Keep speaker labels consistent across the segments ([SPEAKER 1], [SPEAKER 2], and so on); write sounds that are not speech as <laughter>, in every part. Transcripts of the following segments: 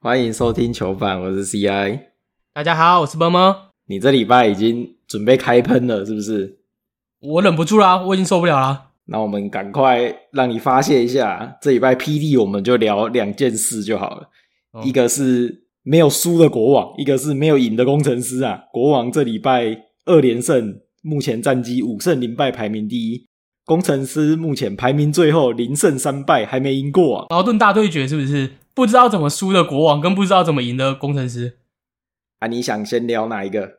[SPEAKER 1] 欢迎收听球板，我是 CI。
[SPEAKER 2] 大家好，我是波波，
[SPEAKER 1] 你这礼拜已经准备开喷了，是不是？
[SPEAKER 2] 我忍不住啦，我已经受不了啦。
[SPEAKER 1] 那我们赶快让你发泄一下。这礼拜 PD 我们就聊两件事就好了，
[SPEAKER 2] 哦
[SPEAKER 1] 一个是没有输的国王，一个是没有赢的工程师啊。国王这礼拜二连胜，目前战绩五胜零败，排名第一。工程师目前排名最后，零胜三败，还没赢过啊。
[SPEAKER 2] 矛盾大对决是不是？不知道怎么输的国王跟不知道怎么赢的工程师。
[SPEAKER 1] 啊，你想先聊哪一个？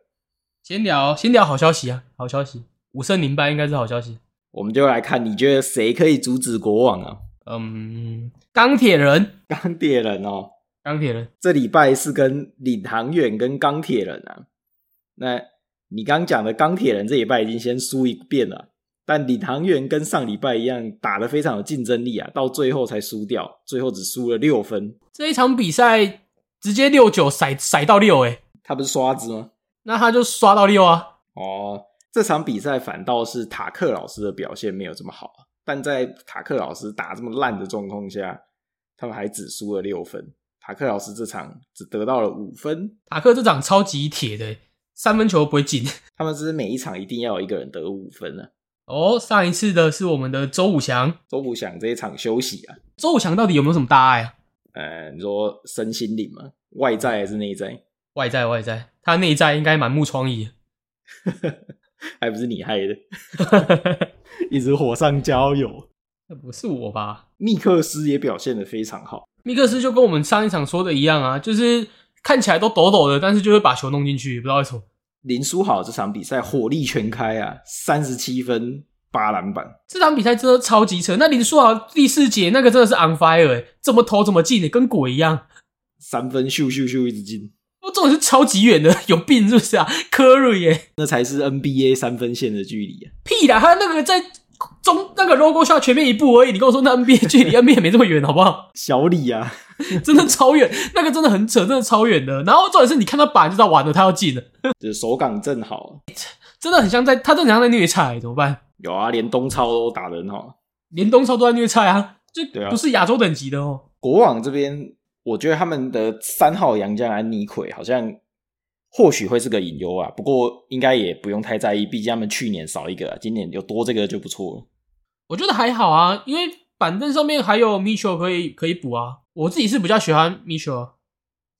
[SPEAKER 2] 先聊先聊好消息啊，好消息，五胜零败应该是好消息。
[SPEAKER 1] 我们就来看，你觉得谁可以阻止国王啊？
[SPEAKER 2] 嗯，钢铁人，
[SPEAKER 1] 钢铁人哦，
[SPEAKER 2] 钢铁人，
[SPEAKER 1] 这礼拜是跟领航员跟钢铁人啊。那你刚讲的钢铁人这礼拜已经先输一遍了，但领航员跟上礼拜一样打得非常有竞争力啊，到最后才输掉，最后只输了六分。
[SPEAKER 2] 这一场比赛直接六九甩甩到六诶、欸
[SPEAKER 1] 他不是刷子吗？
[SPEAKER 2] 那他就刷到六啊。
[SPEAKER 1] 哦，这场比赛反倒是塔克老师的表现没有这么好啊，但在塔克老师打这么烂的状况下，他们还只输了六分。塔克老师这场只得到了五分，
[SPEAKER 2] 塔克这场超级铁的欸、三分球不会进。
[SPEAKER 1] 他们是每一场一定要有一个人得五分啊。
[SPEAKER 2] 哦，上一次的是我们的周武强，
[SPEAKER 1] 周武祥这一场休息啊，
[SPEAKER 2] 周武强到底有没有什么大碍啊？
[SPEAKER 1] 呃，你说身心灵嘛，外在还是内在， <laughs>
[SPEAKER 2] 外在外在，他内在应该满目疮痍。
[SPEAKER 1] 还不是你害的， <laughs> 一直火上浇油。
[SPEAKER 2] 那不是我吧？
[SPEAKER 1] 密克斯也表现得非常好，
[SPEAKER 2] 密克斯就跟我们上一场说的一样啊，就是看起来都抖抖的，但是就会把球弄进去，不知道为什么。
[SPEAKER 1] 林书豪这场比赛火力全开啊，三十七分八篮板，
[SPEAKER 2] 这场比赛真的超级扯，那林书豪第四节那个真的是 on fire，、欸、怎么投怎么进的，跟鬼一样。
[SPEAKER 1] 三分咻咻咻一直进，
[SPEAKER 2] 我这种是超级远的，有病是不是啊？科瑞耶、
[SPEAKER 1] 那才是 NBA 三分线的距离啊。
[SPEAKER 2] 屁啦，他那个在中那个 logo shot 前面一步而已，你跟我说那 NBA 距离 NBA 也没这么远，好不好？ <laughs>
[SPEAKER 1] 小李啊， <laughs>
[SPEAKER 2] 真的超远，那个真的很扯，真的超远的。然后重点是你看他板就知道完了，他要进了，
[SPEAKER 1] 这手感正好，啊
[SPEAKER 2] 真的很像在他真的很像在虐菜，怎么办？
[SPEAKER 1] 有啊，连东超都打得很好。
[SPEAKER 2] 连东超都在虐菜啊，这
[SPEAKER 1] 对啊
[SPEAKER 2] 不是亚洲等级的哦。
[SPEAKER 1] 国网这边，我觉得他们的三号洋将安妮奎好像或许会是个隐忧啊，不过应该也不用太在意，毕竟他们去年少一个、啊，今年有多这个就不错了。
[SPEAKER 2] 我觉得还好啊，因为板凳上面还有 Mitchell 可以可以补啊。我自己是比较喜欢 Mitchell，啊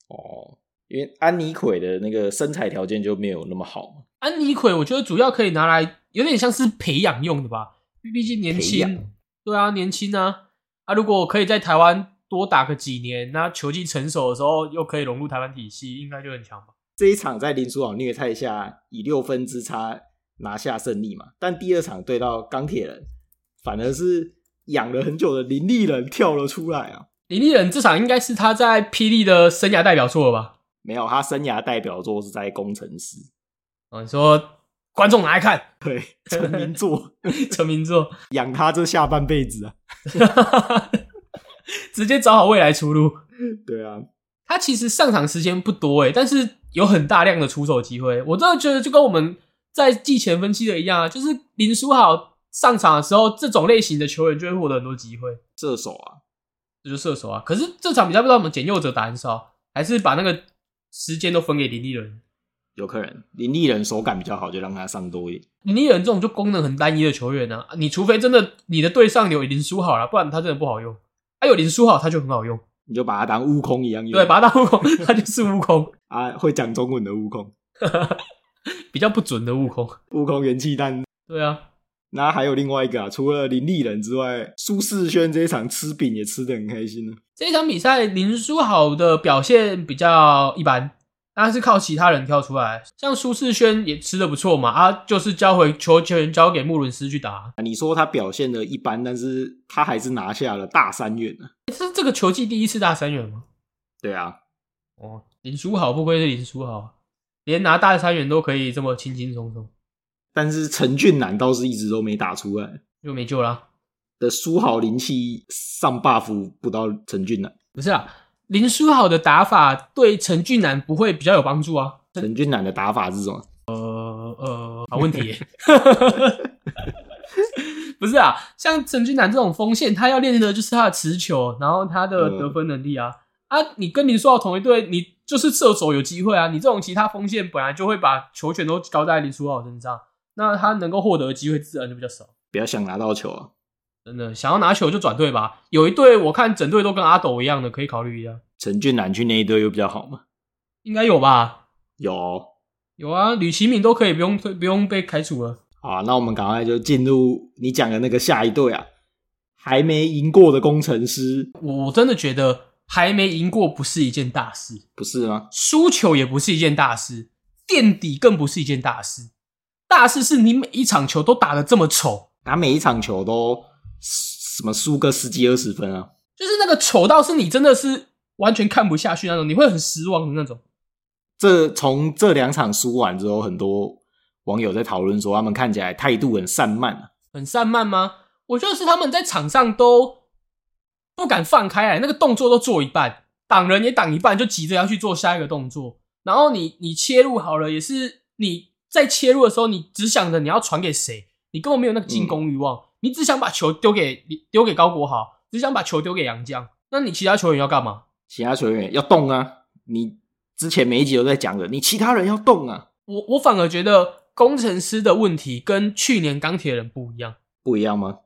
[SPEAKER 1] 哦，因为安妮奎的那个身材条件就没有那么好嘛，
[SPEAKER 2] 安妮奎，啊我觉得主要可以拿来有点像是培养用的吧，毕竟年
[SPEAKER 1] 培养
[SPEAKER 2] 轻，对啊，年轻啊啊！如果可以在台湾多打个几年，那球技成熟的时候又可以融入台湾体系，应该就很强吧。
[SPEAKER 1] 这一场在林书豪虐菜下以六分之差拿下胜利嘛，但第二场对到钢铁人，反而是养了很久的林立人跳了出来啊。
[SPEAKER 2] 林立人这场应该是他在霹雳的生涯代表作了吧？
[SPEAKER 1] 没有，他生涯代表作是在工程师，
[SPEAKER 2] 嗯，你说观众拿来看，
[SPEAKER 1] <laughs> 对，成名作。
[SPEAKER 2] 成名作。
[SPEAKER 1] 养他这下半辈子啊。
[SPEAKER 2] <laughs> 直接找好未来出路。
[SPEAKER 1] 对啊，
[SPEAKER 2] 他其实上场时间不多欸诶，但是有很大量的出手机会。我真的觉得就跟我们在季前分析的一样啊，就是林书豪上场的时候，这种类型的球员就会获得很多机会，
[SPEAKER 1] 射手啊，
[SPEAKER 2] 这就是射手啊。可是这场比赛不知道我们简右者打很少，还是把那个时间都分给林立人。
[SPEAKER 1] 有可能林立人手感比较好，就让他上多一点。
[SPEAKER 2] 林立人这种就功能很单一的球员啊，你除非真的你的队上有林书豪了，不然他真的不好用。啊，有林书豪他就很好用，
[SPEAKER 1] 你就把他当悟空一样用，
[SPEAKER 2] 对，把他当悟空，他就是悟空。
[SPEAKER 1] 啊，会讲中文的悟空，
[SPEAKER 2] 比较不准的悟空。
[SPEAKER 1] 悟空元气弹。
[SPEAKER 2] 对啊，
[SPEAKER 1] 那还有另外一个啊，除了林立人之外，苏世轩这一场吃饼也吃得很开心呢、啊
[SPEAKER 2] 这一场比赛林书豪的表现比较一般，但是靠其他人跳出来，像苏世轩也吃的不错嘛，啊，就是交回球权交给穆伦斯去打，
[SPEAKER 1] 啊你说他表现的一般，但是他还是拿下了大三元呢、
[SPEAKER 2] 诶这是这个球季第一次大三元吗？
[SPEAKER 1] 对啊，
[SPEAKER 2] 哦，林书豪不愧是林书豪，连拿大三元都可以这么轻轻松松，
[SPEAKER 1] 但是陈俊南倒是一直都没打出来。
[SPEAKER 2] 就没救啦。
[SPEAKER 1] 的苏豪灵气上 buff 不到陈俊南，
[SPEAKER 2] 不是啊，林书豪的打法对陈俊南不会比较有帮助啊？
[SPEAKER 1] 陈俊南的打法是什么？
[SPEAKER 2] 好问题 <laughs> 耶。不是啊，像陈俊南这种锋线，他要练的就是他的持球，然后他的
[SPEAKER 1] 嗯
[SPEAKER 2] 得分能力啊。啊，你跟林书豪同一队，你就是射手有机会啊。你这种其他锋线本来就会把球权都交在林书豪身上，那他能够获得的机会自然就比较少。
[SPEAKER 1] 不要想拿到球啊！
[SPEAKER 2] 真的，想要拿球就转队吧。有一队我看整队都跟阿斗一样的，可以考虑一下，
[SPEAKER 1] 陈俊南去那一队又比较好嘛？
[SPEAKER 2] 应该有吧？
[SPEAKER 1] 有
[SPEAKER 2] 有啊，吕其敏都可以不用退，不用被开除了。
[SPEAKER 1] 好啊，那我们赶快就进入你讲的那个下一队啊，还没赢过的工程师，
[SPEAKER 2] 我我真的觉得还没赢过不是一件大事，
[SPEAKER 1] 不是吗？
[SPEAKER 2] 输球也不是一件大事，垫底更不是一件大事。大事是你每一场球都打得这么丑，
[SPEAKER 1] 打每一场球都什么输个十几二十分啊？
[SPEAKER 2] 就是那个丑到是你真的是完全看不下去那种，你会很失望的那种。
[SPEAKER 1] 这从这两场输完之后，很多网友在讨论说，他们看起来态度很散漫啊。
[SPEAKER 2] 很散漫吗？我觉得是他们在场上都不敢放开来，那个动作都做一半，挡人也挡一半，就急着要去做下一个动作。然后你你切入好了，也是你在切入的时候，你只想着你要传给谁，你根本没有那个进攻欲望，你只想把球丢给丢给高国豪，只想把球丢给杨绛。那你其他球员要干嘛？
[SPEAKER 1] 其他球员要动啊！你之前每一集都在讲的，你其他人要动啊，
[SPEAKER 2] 我我反而觉得工程师的问题跟去年钢铁人不一样。
[SPEAKER 1] 不一样吗？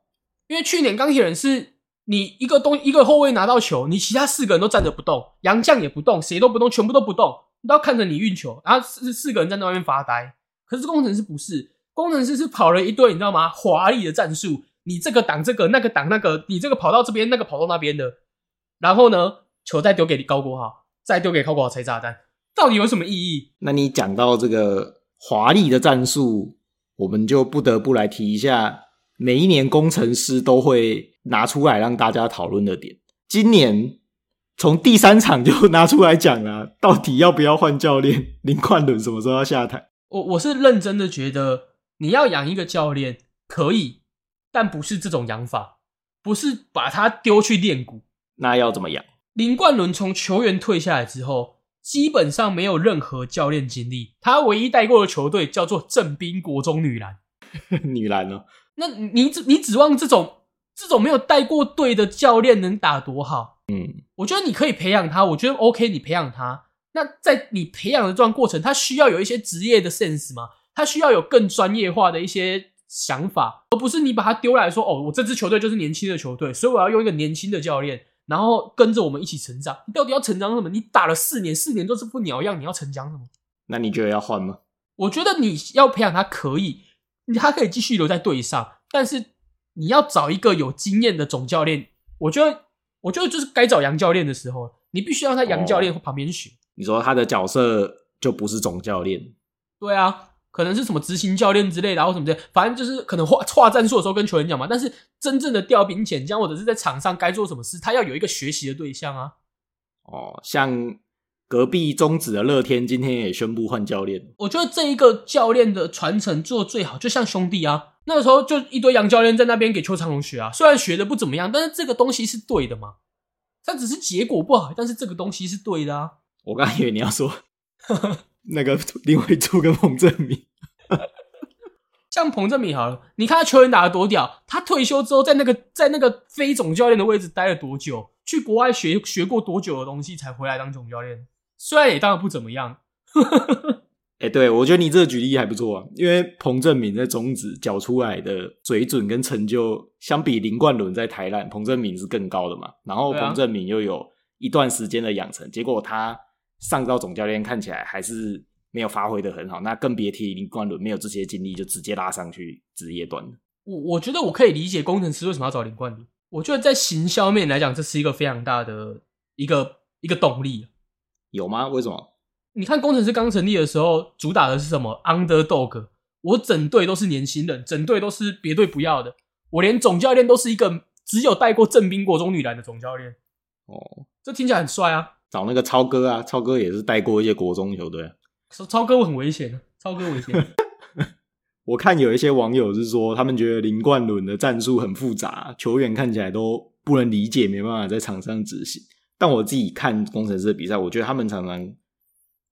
[SPEAKER 2] 因为去年钢铁人是你一个东一个后卫拿到球，你其他四个人都站着不动，杨绛也不动，谁都不动，全部都不动，你都要看着你运球，然后四四个人站在外面发呆。可是工程师不是，工程师是跑了一堆，你知道吗？华丽的战术，你这个挡这个，那个挡那个，你这个跑到这边，那个跑到那边的，然后呢，球再丢给高国豪，再丢给高国豪拆炸弹，到底有什么意义？
[SPEAKER 1] 那你讲到这个华丽的战术，我们就不得不来提一下，每一年工程师都会拿出来让大家讨论的点。今年从第三场就拿出来讲了、到底要不要换教练？林冠伦什么时候要下台？
[SPEAKER 2] 我我是认真的觉得，你要养一个教练可以，但不是这种养法，不是把他丢去练骨。
[SPEAKER 1] 那要怎么样？
[SPEAKER 2] 林冠伦从球员退下来之后，基本上没有任何教练经历，他唯一带过的球队叫做正滨国中女篮。
[SPEAKER 1] 女篮呢？
[SPEAKER 2] 那你你指你指望这种这种没有带过队的教练能打多好？
[SPEAKER 1] 嗯，
[SPEAKER 2] 我觉得你可以培养他，我觉得 OK，你培养他。那在你培养的这段过程，他需要有一些职业的 sense 吗？他需要有更专业化的一些想法，而不是你把他丢来说，哦，我这支球队就是年轻的球队，所以我要用一个年轻的教练，然后跟着我们一起成长。你到底要成长什么？你打了四年，四年都是副鸟样，你要成长什么？
[SPEAKER 1] 那你觉得要换吗？
[SPEAKER 2] 我觉得你要培养他可以，他可以继续留在队上，但是你要找一个有经验的总教练，我觉得，我觉得就是该找杨教练的时候了，你必须让他杨教练旁边选。
[SPEAKER 1] 你说他的角色就不是总教练，
[SPEAKER 2] 对啊，可能是什么执行教练之类的啊，或什么之类的，反正就是可能画画战术的时候跟球员讲嘛。但是真正的调兵遣将，或者是在场上该做什么事，他要有一个学习的对象啊。
[SPEAKER 1] 哦，像隔壁中止的乐天今天也宣布换教练，
[SPEAKER 2] 我觉得这一个教练的传承做最好，就像兄弟啊，那个时候就一堆洋教练在那边给邱长龙学啊，虽然学的不怎么样，但是这个东西是对的嘛。他只是结果不好，但是这个东西是对的啊。
[SPEAKER 1] 我刚以为你要说 <laughs> 那个林伟柱跟彭正明，
[SPEAKER 2] 像彭正明好了，你看他球员打得多屌，他退休之后在那个在那个非总教练的位置待了多久，去国外学学过多久的东西才回来当总教练，虽然也当然不怎么样，
[SPEAKER 1] 哎、对我觉得你这个举例还不错啊，因为彭正明在中止缴出来的水准跟成就，相比林冠伦在台南，彭正明是更高的嘛，然后
[SPEAKER 2] 对啊
[SPEAKER 1] 彭正明又有一段时间的养成，结果他上到总教练看起来还是。没有发挥的很好，那更别提林冠伦没有这些经历，就直接拉上去职业端了。
[SPEAKER 2] 我我觉得我可以理解工程师为什么要找林冠霖。我觉得在行销面来讲，这是一个非常大的一个一个动力。啊
[SPEAKER 1] 有吗？为什么？
[SPEAKER 2] 你看工程师刚成立的时候，主打的是什么？Underdog，我整队都是年轻人，整队都是别队不要的，我连总教练都是一个只有带过正兵国中女篮的总教练。
[SPEAKER 1] 哦，
[SPEAKER 2] 这听起来很帅啊！
[SPEAKER 1] 找那个超哥啊，超哥也是带过一些国中球队啊。
[SPEAKER 2] 超超哥很危险，啊超哥危险。
[SPEAKER 1] 我看有一些网友是说，他们觉得林冠伦的战术很复杂，球员看起来都不能理解，没办法在场上执行。但我自己看工程师的比赛，我觉得他们常常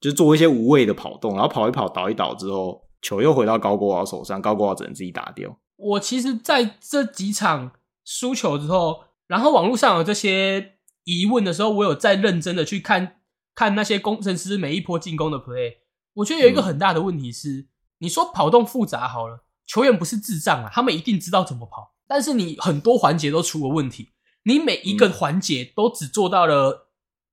[SPEAKER 1] 就是做一些无谓的跑动，然后跑一跑、倒一倒之后，球又回到高国豪手上，高国豪只能自己打掉。
[SPEAKER 2] 我其实在这几场输球之后，然后网络上有这些疑问的时候，我有在认真的去看看那些工程师每一波进攻的 play。我觉得有一个很大的问题是，你说跑动复杂好了，球员不是智障啊，他们一定知道怎么跑，但是你很多环节都出了问题，你每一个
[SPEAKER 1] 嗯
[SPEAKER 2] 环节都只做到了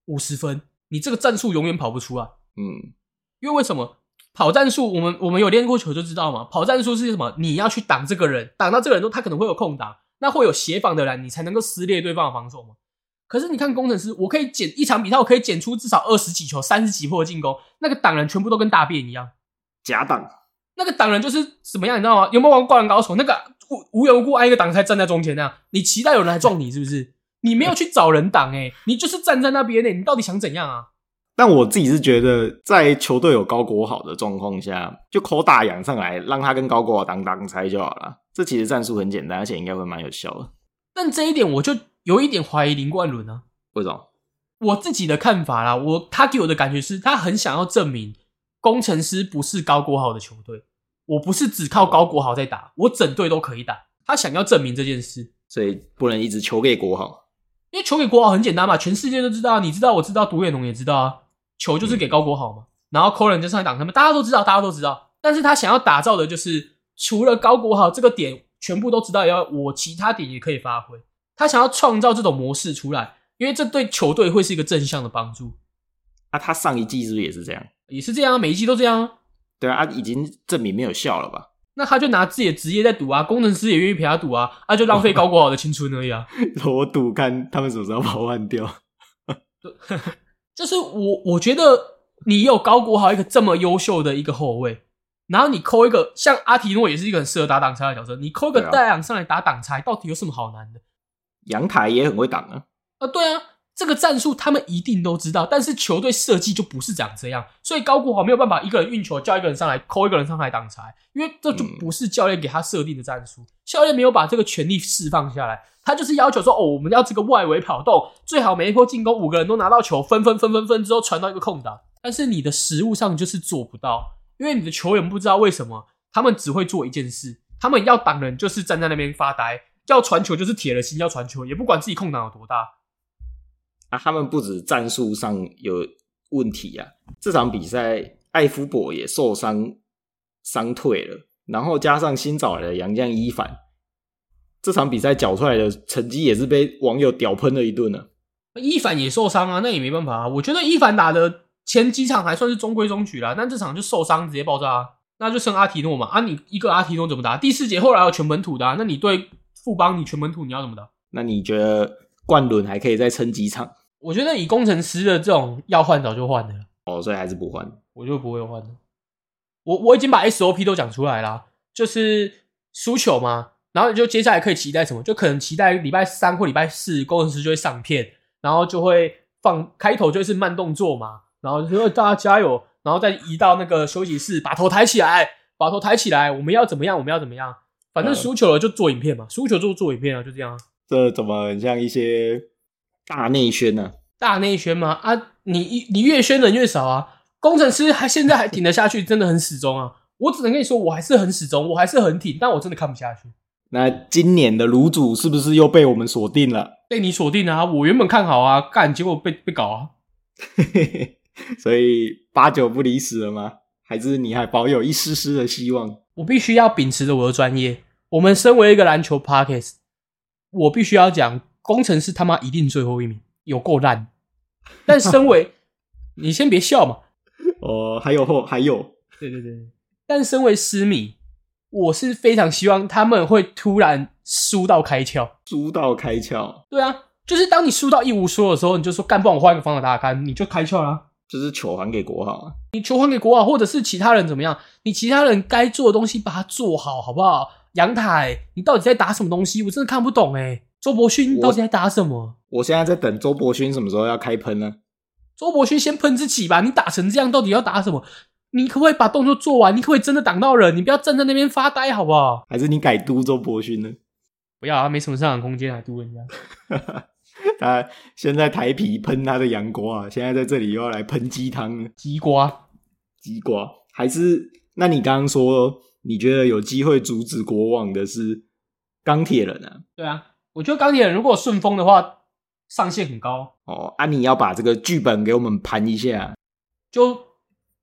[SPEAKER 2] 五十分，你这个战术永远跑不出来。
[SPEAKER 1] 嗯
[SPEAKER 2] 因为为什么跑战术，我们我们有练过球就知道嘛，跑战术是什么？你要去挡这个人，挡到这个人之后，他可能会有空档，那会有协防的人，你才能够撕裂对方的防守嘛。可是你看工程师，我可以捡一场比赛，我可以捡出至少二十几球、三十几波的进攻，那个挡人全部都跟大便一样。
[SPEAKER 1] 假挡，
[SPEAKER 2] 那个挡人就是什么样，你知道吗？有没有玩《灌篮高手》？那个无无缘无故按一个挡才站在中间那样，你期待有人来撞你是不是？你没有去找人挡诶、你就是站在那边诶、你到底想怎样啊？
[SPEAKER 1] 但我自己是觉得，在球队有高国好的状况下，就抠大洋上来，让他跟高国好当当拆就好了。这其实战术很简单，而且应该会蛮有效的。
[SPEAKER 2] 但这一点我就有一点怀疑林冠伦啊。
[SPEAKER 1] 为什么？
[SPEAKER 2] 我自己的看法啦，我他给我的感觉是他很想要证明工程师不是高国豪的球队，我不是只靠高国豪在打，我整队都可以打。他想要证明这件事，
[SPEAKER 1] 所以不能一直球给国好。
[SPEAKER 2] 因为球给国豪很简单嘛，全世界都知道，你知道，我知道，独眼龙也知道啊，球就是给高国豪嘛，然后扣人就上来挡他们，大家都知道，大家都知道。但是他想要打造的就是除了高国豪这个点全部都知道以外，我其他点也可以发挥。他想要创造这种模式出来，因为这对球队会是一个正向的帮助。
[SPEAKER 1] 啊，他上一季是不是也是这样？
[SPEAKER 2] 也是这样啊，每一季都这样啊。
[SPEAKER 1] 对啊，啊已经证明没有效了吧？ <laughs>
[SPEAKER 2] 那他就拿自己的职业在赌啊，工程师也愿意陪他赌啊，啊就浪费高国豪的青春
[SPEAKER 1] <laughs>
[SPEAKER 2] 而已啊。
[SPEAKER 1] 我赌看他们什么时候把换掉。
[SPEAKER 2] 就是我我觉得你有高国豪一个这么优秀的一个后卫，然后你扣一个像阿提诺也是一个很适合打挡拆的角色，你扣一个
[SPEAKER 1] 对啊
[SPEAKER 2] 戴昂上来打挡拆，到底有什么好难的？
[SPEAKER 1] 阳台也很会挡啊，
[SPEAKER 2] 啊，对啊，这个战术他们一定都知道，但是球队设计就不是长这样，所以高国豪没有办法一个人运球叫一个人上来扣一个人上来挡拆，因为这就
[SPEAKER 1] 嗯
[SPEAKER 2] 不是教练给他设定的战术，教练没有把这个权利释放下来，他就是要求说，哦，我们要这个外围跑动，最好每一波进攻五个人都拿到球，分分分分分之后传到一个空档，但是你的实物上就是做不到，因为你的球员不知道为什么他们只会做一件事，他们要挡人就是站在那边发呆。要传球就是铁了心要传球，也不管自己空档有多大，
[SPEAKER 1] 啊，他们不止战术上有问题啊，这场比赛艾夫伯也受伤伤退了，然后加上新找来的杨将伊凡，这场比赛缴出来的成绩也是被网友屌喷了一顿啊呢、
[SPEAKER 2] 伊凡也受伤啊，那也没办法啊。我觉得伊凡打的前几场还算是中规中矩啦，但这场就受伤直接爆炸、啊，那就剩阿提诺嘛。啊，你一个阿提诺怎么打？第四节后来有全本土的、啊，那你对富邦你全本土你要怎么打？
[SPEAKER 1] 那你觉得冠伦还可以再撑几场？
[SPEAKER 2] 我觉得以工程师的这种要换早就换的了，
[SPEAKER 1] 哦，所以还是不换。
[SPEAKER 2] 我就不会换的。我我已经把 SOP 都讲出来啦，就是输球嘛，然后你就接下来可以期待什么？就可能期待礼拜三或礼拜四工程师就会上片，然后就会放开头就是慢动作嘛，然后就说大家加油，然后再移到那个休息室，把头抬起来，把头抬起来，我们要怎么样？我们要怎么样？反正
[SPEAKER 1] 嗯
[SPEAKER 2] 输球了就做影片嘛，输球就做影片啊，就这样啊。
[SPEAKER 1] 这怎么很像一些大内啊宣呢、
[SPEAKER 2] 大内宣嘛啊，你一你越宣人越少啊。工程师还现在还挺得下去，真的很始终啊。我只能跟你说，我还是很始终，我还是很挺，但我真的看不下去。
[SPEAKER 1] 那今年的卤煮是不是又被我们锁定了？ <laughs>
[SPEAKER 2] 被你锁定了啊！我原本看好啊，干，结果被被搞啊。
[SPEAKER 1] 所以八九不离十了吗？还是你还保有一丝丝的希望？
[SPEAKER 2] 我必须要秉持着我的专业。我们身为一个篮球 podcast，我必须要讲，工程师他妈一定最后一名，有够烂。但身为 <laughs> 你先别笑嘛，
[SPEAKER 1] 哦，还有后还有，
[SPEAKER 2] 对对对。但身为师迷，我是非常希望他们会突然输到开窍。
[SPEAKER 1] 猪到开窍，
[SPEAKER 2] 对啊，就是当你输到一无所有的时候，你就说干，不然我换一个方法打打看，你就开窍啦、
[SPEAKER 1] 就是球还给国豪啊。
[SPEAKER 2] 你球还给国奥，或者是其他人怎么样？你其他人该做的东西把它做好，好不好？阳台，你到底在打什么东西？我真的看不懂哎、周伯勋
[SPEAKER 1] 我
[SPEAKER 2] 到底在打什么？
[SPEAKER 1] 我现在在等周伯勋什么时候要开喷呢？
[SPEAKER 2] 周伯勋先喷自己吧，你打成这样到底要打什么？你可不可以把动作做完？你可不可以真的挡到人？你不要站在那边发呆，好不好？
[SPEAKER 1] 还是你改督周伯勋呢？ <laughs>
[SPEAKER 2] 不要啊，没什么上场空间，还嘟人家。
[SPEAKER 1] 他现在台皮喷他的洋瓜、啊，现在在这里又要来喷鸡汤了，
[SPEAKER 2] 西瓜，
[SPEAKER 1] 鸡瓜还是？那你刚刚说你觉得有机会阻止国王的是钢铁人啊？
[SPEAKER 2] 对啊，我觉得钢铁人如果顺风的话，上限很高，
[SPEAKER 1] 哦，啊，你要把这个剧本给我们盘一下。
[SPEAKER 2] 就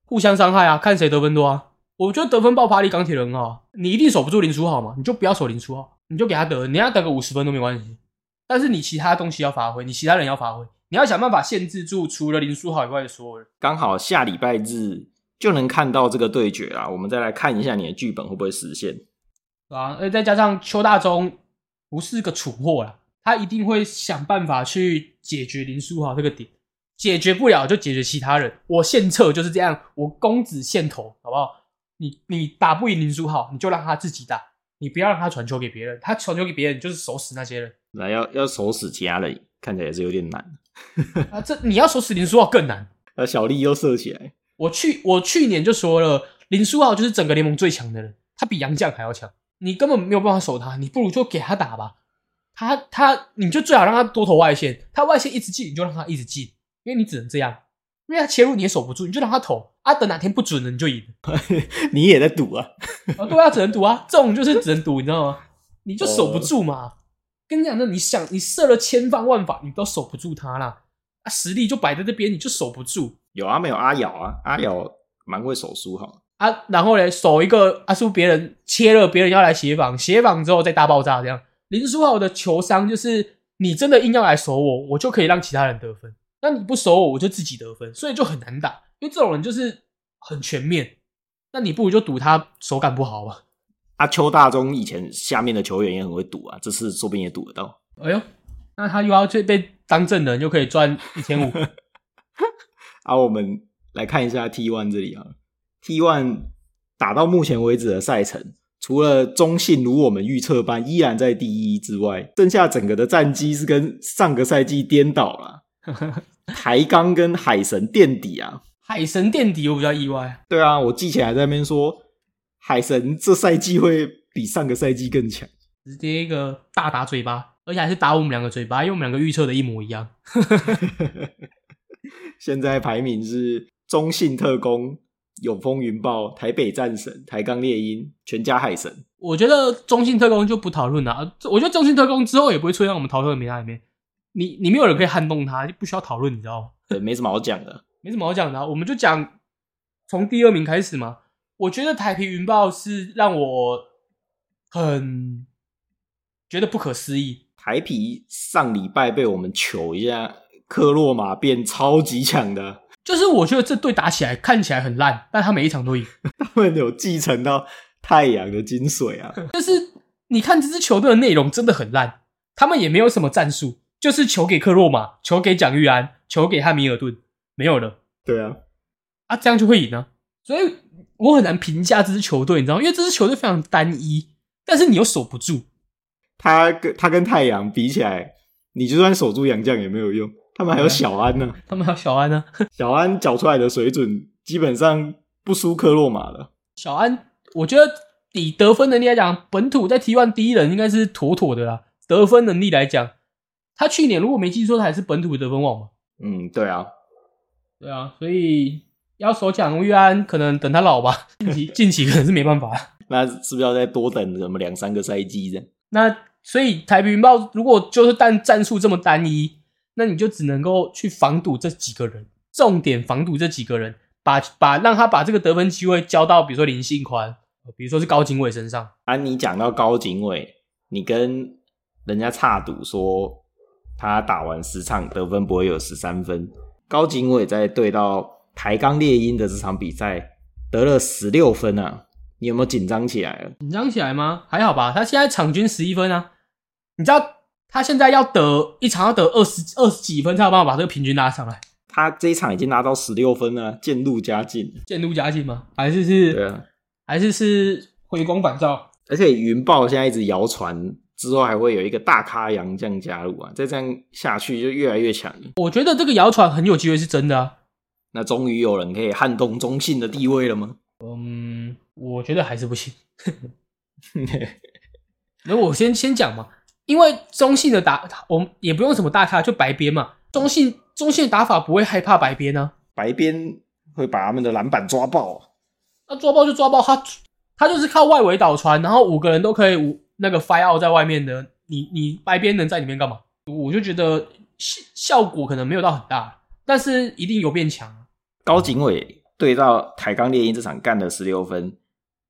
[SPEAKER 2] 互相伤害啊，看谁得分多啊。我觉得得分爆发力钢铁人很好，啊你一定守不住林书豪嘛，你就不要守林书豪，你就给他得，你要得个五十分都没关系。但是你其他东西要发挥，你其他人要发挥，你要想办法限制住除了林书豪以外的所有人。
[SPEAKER 1] 刚好下礼拜日就能看到这个对决啦，我们再来看一下你的剧本会不会实现。
[SPEAKER 2] 啊，而再加上邱大中不是个蠢货啦，他一定会想办法去解决林书豪这个点，解决不了就解决其他人。我献策就是这样，我公子献头，好不好？你你打不赢林书豪，你就让他自己打，你不要让他传球给别人，他传球给别人就是手死那些人。 <laughs>
[SPEAKER 1] 那要要手死其他人，看起来也是有点难。
[SPEAKER 2] 啊，这你要手死林书豪更难。
[SPEAKER 1] 那小丽又射起来，
[SPEAKER 2] 我去我去年就说了，林书豪就是整个联盟最强的人，他比杨绛还要强，你根本没有办法守他，你不如就给他打吧。他他你就最好让他多投外线，他外线一直进，你就让他一直进，因为你只能这样，因为他切入你也守不住，你就让他投啊，等哪天不准了你就赢 <laughs> 了。
[SPEAKER 1] <laughs> 你也在赌啊？
[SPEAKER 2] 啊，对啊，只能赌啊，这种就是只能赌，你知道吗？你就守不住嘛。跟你讲，那你想你设了千方万法，你都守不住他啦。啊，实力就摆在这边，你就守不住。
[SPEAKER 1] <laughs> 有啊，没有阿瑶啊？阿瑶蛮会手书哈。
[SPEAKER 2] 啊，然后嘞，守一个啊，是不是别人切了，别人要来协防，协防之后再大爆炸这样。林书豪的球商就是，你真的硬要来守我，我就可以让其他人得分；那你不守我，我就自己得分，所以就很难打。因为这种人就是很全面，那你不如就赌他手感不好吧。
[SPEAKER 1] 啊，邱大中以前下面的球员也很会赌啊，这次说不定也赌得到。
[SPEAKER 2] 哎呦，那他又要去被当证人，就可以赚一千 <laughs> 五。
[SPEAKER 1] 啊，我们来看一下 T One 这里啊，T One 打到目前为止的赛程，除了中信如我们预测般依然在第一之外，剩下整个的战绩是跟上个赛季颠倒了。台钢跟海神垫底啊，
[SPEAKER 2] 海神垫底，我比较意外。
[SPEAKER 1] 对啊，我记起来在那边说，海神这赛季会比上个赛季更强。
[SPEAKER 2] 直接一个大打嘴巴，而且还是打我们两个嘴巴，因为我们两个预测的一模一样。
[SPEAKER 1] 现在排名是中信特工、永丰云豹、台北战神、台钢猎鹰、全家海神。
[SPEAKER 2] 我觉得中信特工就不讨论了、啊，我觉得中信特工之后也不会出现在我们讨论的名单里面。你你没有人可以撼动他，就不需要讨论，你知道吗？
[SPEAKER 1] 对，没什么好讲的。
[SPEAKER 2] 没什么好讲的啊、我们就讲从第二名开始嘛。我觉得台皮云豹是让我很觉得不可思议，
[SPEAKER 1] 台皮上礼拜被我们糗一下，克洛马变超级强的，
[SPEAKER 2] 就是我觉得这队打起来看起来很烂，但他每一场都赢。
[SPEAKER 1] 他们有继承到太阳的精髓啊！
[SPEAKER 2] 你看这支球队的内容真的很烂，他们也没有什么战术，就是球给克洛马，球给蒋玉安，球给汉密尔顿，没有了
[SPEAKER 1] 对啊，
[SPEAKER 2] 啊，这样就会赢啊。所以我很难评价这支球队，你知道吗？因为这支球队非常单一，但是你又守不住。
[SPEAKER 1] 他跟他跟太阳比起来，你就算守住杨将也没有用，他们还有小安呢、
[SPEAKER 2] 他们还有小安呢、
[SPEAKER 1] 小安缴出来的水准基本上不输克洛马了。
[SPEAKER 2] 小安，我觉得以得分能力来讲，本土在 T1 第一人应该是妥妥的啦。得分能力来讲，他去年如果没记错，他还是本土得分王嘛。
[SPEAKER 1] 嗯，对啊，
[SPEAKER 2] 对啊，所以要守蒋玉安，可能等他老吧，近期近期可能是没办法。
[SPEAKER 1] 那是不是要再多等什么两三个赛季这样？
[SPEAKER 2] 那所以台北云豹如果就是但战术这么单一，那你就只能够去防堵这几个人，重点防堵这几个人，把把让他把这个得分机会交到比如说林信宽，呃比如说是高景伟身上。
[SPEAKER 1] 啊，你讲到高景伟，你跟人家差赌说他打完十场得分不会有十三分，高景伟在对到台钢猎鹰的这场比赛得了十六分啊，你有没有紧张起来了？啊
[SPEAKER 2] 紧张起来吗？还好吧，他现在场均十一分啊。你知道他现在要得一场要得二十二十几分，才有办法把这个平均拉上来，
[SPEAKER 1] 他这一场已经拿到十六分了，啊渐入佳境。
[SPEAKER 2] 渐入佳境吗？还是是？
[SPEAKER 1] 对啊，
[SPEAKER 2] 还是是回光返照？
[SPEAKER 1] 而且云豹现在一直谣传之后还会有一个大咖洋将加入啊，再这样下去就越来越强。
[SPEAKER 2] 我觉得这个谣传很有机会是真的啊。
[SPEAKER 1] 那终于有人可以撼动中信的地位了 <laughs> 吗？
[SPEAKER 2] 嗯，我觉得还是不行。那我先先讲嘛，因为中信的打，我们也不用什么大咖，就白边嘛。中信中信的打法不会害怕白边啊，
[SPEAKER 1] 白边会把他们的篮板抓爆啊、
[SPEAKER 2] 那抓包就抓包，他他就是靠外围倒传，然后五个人都可以五那个 fire out 在外面的，你你白边能在里面干嘛？我就觉得效效果可能没有到很大，但是一定有变强啊。
[SPEAKER 1] 高景伟对到台钢猎鹰这场干了十六分，